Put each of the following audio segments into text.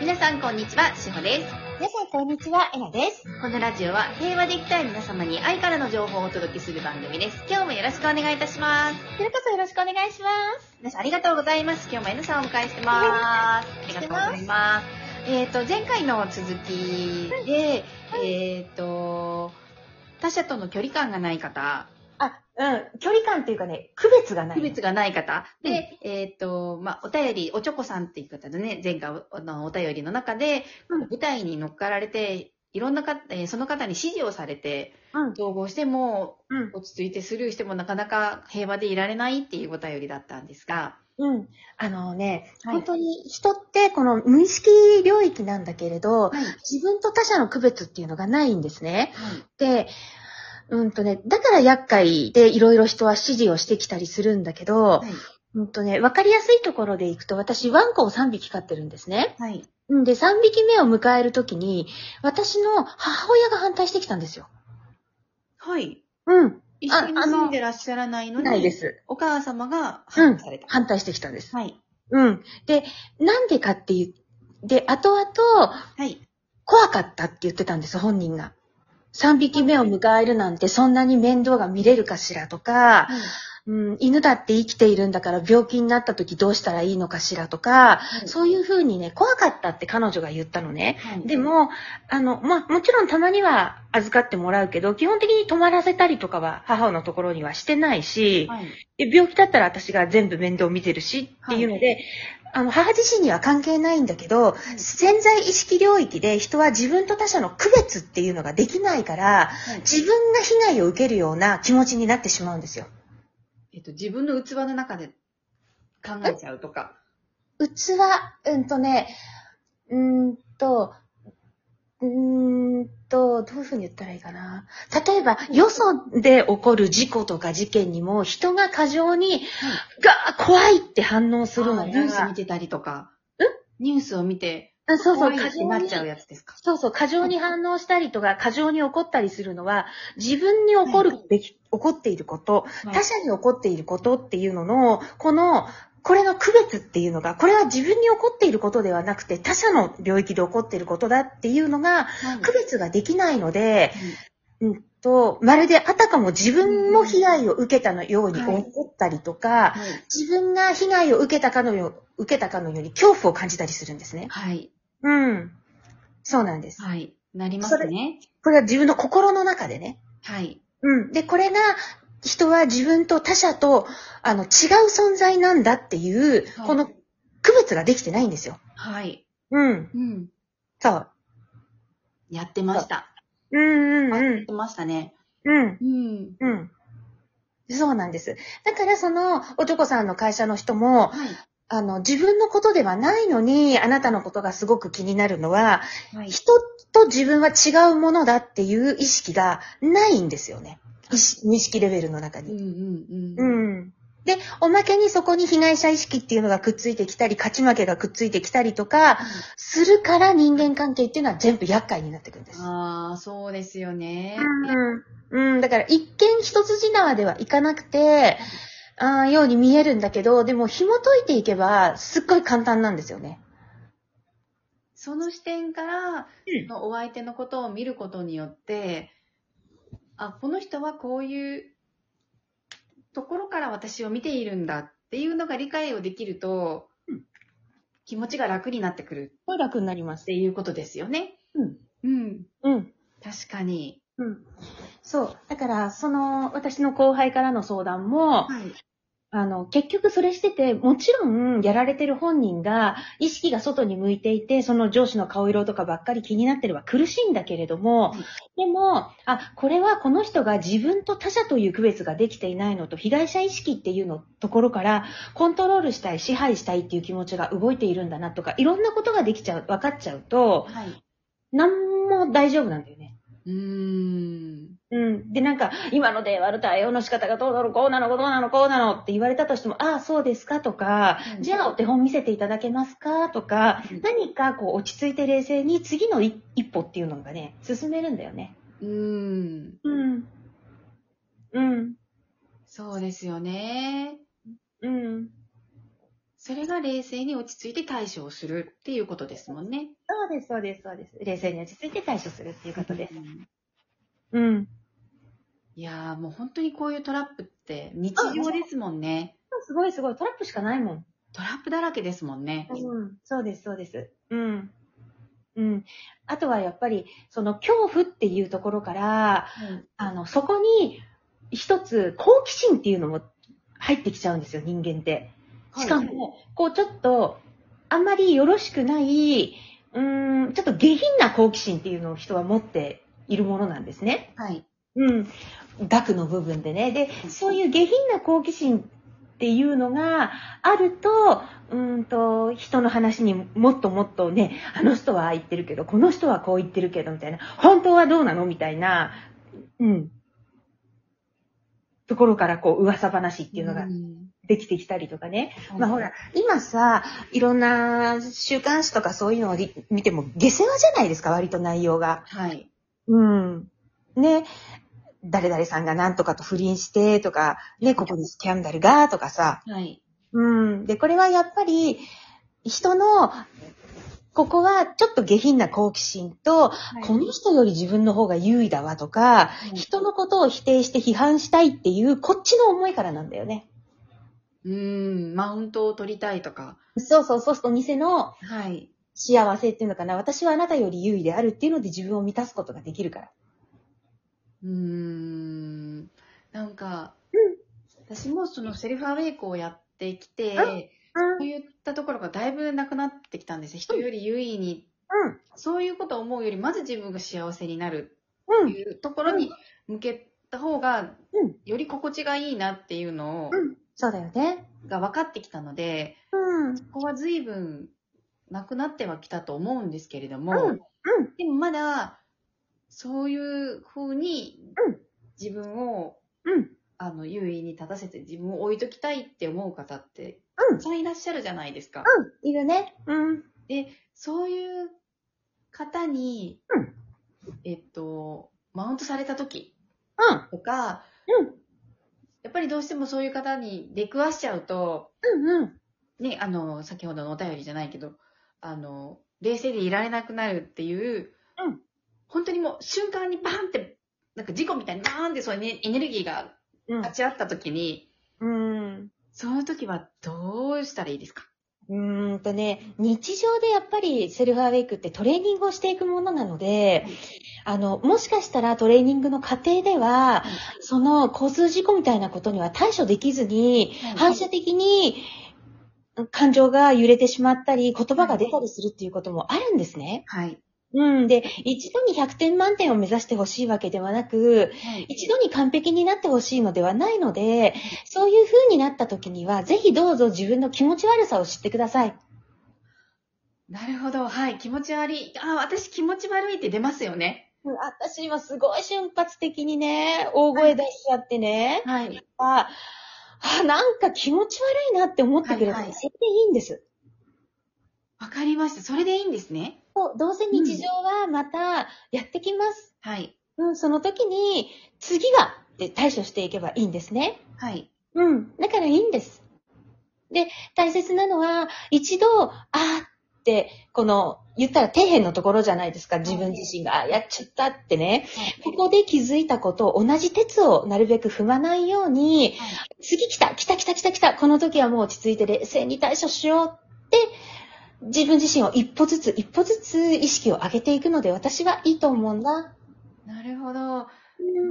皆さんこんにちは、しほです。皆さん、こんにちは。えなです。このラジオは平和でいきたい皆様に愛からの情報をお届けする番組です。今日もよろしくお願いいたします。それこそよろしくお願いします。皆さんありがとうございます。今日も N さんをお迎えしてます。ありがとうございます。えっ、と、前回の続きで、えっ、と、他者との距離感がない方、あ、うん。距離感というかね、区別がない。区別がない方、で、えっ、と、まあ、お便り、おちょこさんっていう方でね、前回おあのお便りの中で、うん舞台に乗っかられて、いろんなか、えーその方に指示をされて、うん。統合しても、うん。落ち着いてスルーしてもなかなか平和でいられないっていうお便りだったんですが、うん。あのね、はい本当に人ってこの無意識領域なんだけれど、はい。自分と他者の区別っていうのがないんですね。で、うんとね、だから厄介でいろいろ人は指示をしてきたりするんだけど、はい。うんとね、わかりやすいところでいくと、私ワンコを3匹飼ってるんですね。はい。うんで、3匹目を迎えるときに、私の母親が反対してきたんですよ。はい。うん。一緒に住んでらっしゃらないのに、ないです。お母様がう反ん対された。。反対してきたんです。はい。うん。で、なんでかって言う、で、後々、はい。怖かったって言ってたんです、本人が。3匹目を迎えるなんてそんなに面倒が見れるかしらとか、はい。うん、犬だって生きているんだから病気になった時どうしたらいいのかしらとか、そういうふうにね、怖かったって彼女が言ったのね。はいで、も、あの、まあ、もちろんたまには預かってもらうけど、基本的に泊まらせたりとかは母のところにはしてないし、はい。で病気だったら私が全部面倒見てるしっていうので、あの母自身には関係ないんだけど、潜在意識領域で人は自分と他者の区別っていうのができないから、はい自分が被害を受けるような気持ちになってしまうんですよ。えっと、自分の器の中で考えちゃうとか。器、うんとね、うーんと、うーんと、どういうふうに言ったらいいかな。例えば、よそで起こる事故とか事件にも、人が過剰に、が怖いって反応するのあが、ニュース見てたりとか。ニュースを見て、あそうそう、怖いっ過て剰なっにち。ゃうやつですか。そうそう、過剰に反応したりとか、過剰に怒ったりするのは、自分に起こるべき、起こっていること、他者に起こっていることっていうのの、この、これの区別っていうのが、これは自分に起こっていることではなくて、他者の領域で起こっていることだっていうのが、はい区別ができないので、うんうんと、まるであたかも自分も被害を受けたのようにはい思ったりとか、はい自分が被害を受けたかのよう、受けたかのように恐怖を感じたりするんですね。はい。うん。そうなんです。はい。なりますね。これは自分の心の中でね。はい。うん。で、これが、人は自分と他者と、あの、違う存在なんだっていう、はいこの区別ができてないんですよ。はい。うん。うん。そう。やってました。うんうんやっうん。てましたね。うん。うん。うん。そうなんです。だからその男さんの会社の人も、はい。あの、自分のことではないのに、あなたのことがすごく気になるのは、 はい。人と自分は違うものだっていう意識がないんですよね。意識認識レベルの中にうん。うんううん。ん。で、おまけにそこに被害者意識っていうのがくっついてきたり、勝ち負けがくっついてきたりとか、するから人間関係っていうのは全部厄介になってくるんです。ああ、そうですよね。うん。うん、だから一見一筋縄ではいかなくて、あーように見えるんだけど、でも紐解いていけば、すっごい簡単なんですよね。その視点からうん、のお相手のことを見ることによって、あ、この人はこういうところから私を見ているんだっていうのが理解をできるとうん、気持ちが楽になってくるすごい楽になりまっす。ていうことですよね。うん。うん。うん。確かに。うん。そう。だから、その、私の後輩からの相談も、はい。あの、結局それしてて、もちろん、やられてる本人が、意識が外に向いていて、その上司の顔色とかばっかり気になってれば苦しいんだけれども、はいでも、あ、これはこの人が自分と他者という区別ができていないのと、被害者意識っていうのところから、コントロールしたい、支配したいっていう気持ちが動いているんだなとか、いろんなことができちゃう、分かっちゃうと、はい。なんも大丈夫なんだよね。うーん。うん。で、なんか、今ので悪対応の仕方がどうなの、こうなの、どうなの、こうなのって言われたとしても、ああ、そうですかとか、うんじゃあお手本見せていただけますかとか、うん何かこう落ち着いて冷静に次のい一歩っていうのがね、進めるんだよね。うーん。うん。うん。そうですよね。うん。それが冷静に落ち着いて対処をするっていうことですもんね。そうです、そうです、そうです。冷静に落ち着いて対処するっていうことです。うんうん。いやーもう本当にこういうトラップって日常ですもんね。すごいすごい。トラップしかないもん。トラップだらけですもんね。うん。そうです、そうです。うん。うん。あとはやっぱり、その恐怖っていうところから、あの、そこに一つ好奇心っていうのも入ってきちゃうんですよ、人間って。しかはい、も、こうちょっと、あんまりよろしくない、うーん、ちょっと下品な好奇心っていうのを人は持っているものなんですね。はい。うん。額の部分でね。で、そういう下品な好奇心っていうのがあると、うーんと、人の話にもっともっとね、あの人はああ言ってるけど、この人はこう言ってるけど、みたいな、本当はどうなのみたいな、うん。ところからこう、噂話っていうのがんできてきたりとかね。まあほら、、今さ、いろんな週刊誌とかそういうのをり見ても下世話じゃないですか、割と内容が。はい。うん。ね。誰々さんが何とかと不倫してとか、ね、ここでスキャンダルがとかさ。はい。うん。で、これはやっぱり、人の、ここはちょっと下品な好奇心と、この人より自分の方が優位だわとか、はい人のことを否定して批判したいっていう、こっちの思いからなんだよね。うん、マウントを取りたいとか。そうそう、そうすると偽のはい。幸せっていうのかな。私はあなたより優位であるっていうので自分を満たすことができるから。うーん。なんか、私もそのセルフアウェイクをやってきて、うそういったところがだいぶなくなってきたんですよ。人より優位に、うん。そういうことを思うより、まず自分が幸せになるうっんて。いうところに向けた方がうん、より心地がいいなっていうのを、うん。そうだよね。が分かってきたので、うん。ここは随分なくなってはきたと思うんですけれども、うんうんでもまだ、そういう風にうん、自分を、うん。あの、優位に立たせて自分を置いときたいって思う方って、うたんくさんいらっしゃるじゃないですか。うん。いるね。うん。そういう方に、うんえっと、マウントされた時うん。とか、うんやっぱりどうしてもそういう方に出くわしちゃうと、うん。うん。ね、あの、先ほどのお便りじゃないけど、あの、冷静でいられなくなるっていう、うん本当にもう瞬間にバーンって、なんか事故みたいにバーンってそうエネルギーがうん立ち会った時に、うん。その時はどうしたらいいですかうーんとね、日常でやっぱりセルフアウェイクってトレーニングをしていくものなので、あの、もしかしたらトレーニングの過程では、その交通事故みたいなことには対処できずに、反射的に感情が揺れてしまったり、言葉が出たりするっていうこともあるんですね。はい。うん。で、一度に100点満点を目指してほしいわけではなく、はい。一度に完璧になってほしいのではないので、そういう風になった時には、ぜひどうぞ自分の気持ち悪さを知ってください。なるほど。はい。気持ち悪い。あ、私気持ち悪いって出ますよね。うん私今すごい瞬発的にね、大声出しちゃってね、はい。あ、あなんか気持ち悪いなって思ってくれたはいはら、いそれでいいんです。わかりました。それでいいんですね。そうどうせ日常はまたやってきます。はい。うん、その時に、次はって対処していけばいいんですね。はい。うん。だからいいんです。で、大切なのは、一度、あーって、この、言ったら底辺のところじゃないですか、自分自身が、あーやっちゃったってね。ここで気づいたことを、同じ鉄をなるべく踏まないように、は次来た、来た来た来た来た、この時はもう落ち着いて冷静に対処しようって、自分自身を一歩ずつ一歩ずつ意識を上げていくので、私はいいと思うんだ。い。なるほど。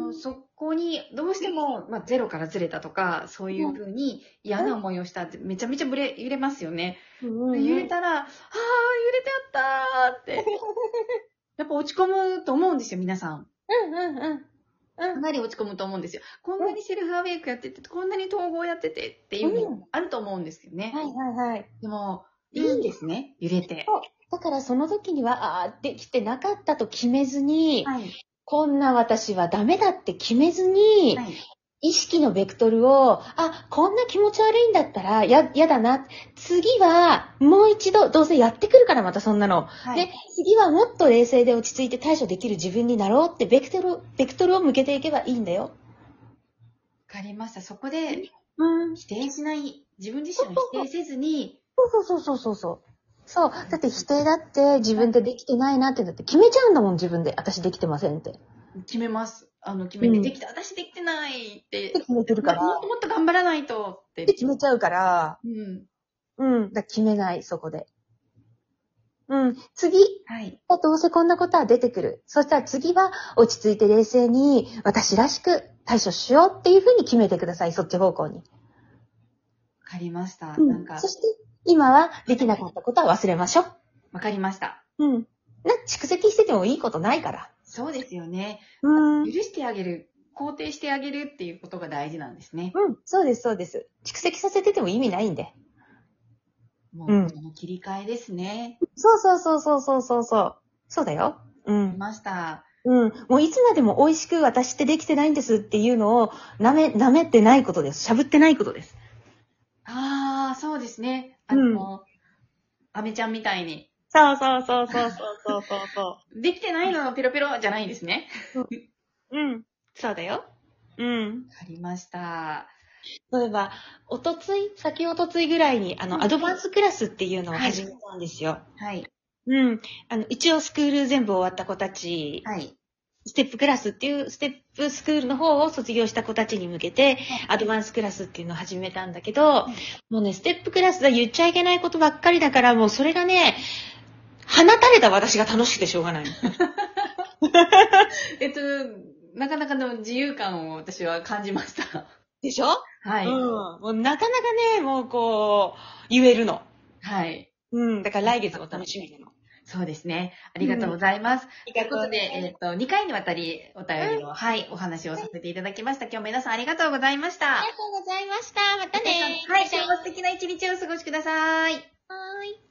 もうそこにどうしても、まあ、ゼロからずれたとかそういうふうに嫌な思いをしたってめちゃめちゃぶれ揺れますよね。うん揺れたら「ああ揺れてやった!」 ってやっぱ落ち込むと思うんですよ皆さん。うんうんうん。かなり落ち込むと思うんですよ。こんなにセルフアウェイクやっててこんなに統合やっててっていううんのあると思うんですよね。はいはいはい。でもういんいんですね揺れて。だからその時には、ああ、できてなかったと決めずに、はいこんな私はダメだって決めずに、はい意識のベクトルを、あ、こんな気持ち悪いんだったら、や、やだな。次は、もう一度、どうせやってくるからまたそんなの。はで、次はもっと冷静で落ち着いて対処できる自分になろうって、ベクトル、ベクトルを向けていけばいいんだよ。わかりました。そこでうん。否定しない自分自身を否定せずにそうそうそうそうそう。そう。だって否定だって自分でできてないなってだって決めちゃうんだもん自分で。私できてませんって。決めます。あの、決めて、うんできた、私できてないってで、決めてるもかっとら。もっと頑張らないとって。で決めちゃうから。うん。うん。だから決めない、そこで。うん。次。はい。どうせこんなことは出てくる。そしたら次は落ち着いて冷静に私らしく対処しようっていうふうに決めてください。そっち方向に。わかりました。うなんかそ、して今はできなかったことは忘れましょう。わかりました。うん。な、蓄積しててもいいことないから。そうですよね。うん。う許ん、してあげる、肯定してあげるっていうことが大事なんですね。そうです、そうです。蓄積させてても意味ないんで。もうう、んその切り替えですね。そうそうそうそうそうそうそう。そうだよ。うわかりん。ました。うん。もういつまでも美味しく私ってできてないんですっていうのを、なめ、なめってないことです。しゃぶってないことです。ああ、そうですね。あうんの、アメちゃんみたいに、そうそうそうそうそうそうそう。できてないのペロペロじゃないんですね。 うん。そうだよ。うん。わかりました。例えば、おとつい、先おとついぐらいに、あうの、んアドバンスクラスっていうのを始めたんですよ。はい。うん。あの、一応スクール全部終わった子たち、はい。ステップクラスっていう、ステップスクールの方を卒業した子たちに向けて、アドバンスクラスっていうのを始めたんだけど、もうね、ステップクラスは言っちゃいけないことばっかりだから、もうそれがね、放たれた私が楽しくてしょうがないの。えっと、なかなかの自由感を私は感じました。でしょ、はい。うん。もうなかなかね、もうこう、言えるの。はい。うん。だから来月お楽しみなの。そうですね。ありがとうございます。とということで、えっ、と、2回にわたりお便りを、はい、お話をさせていただきました。今日も皆さんありがとうございました。とうございました。またはい、今日も素敵な一日をお過ごしください。はーい。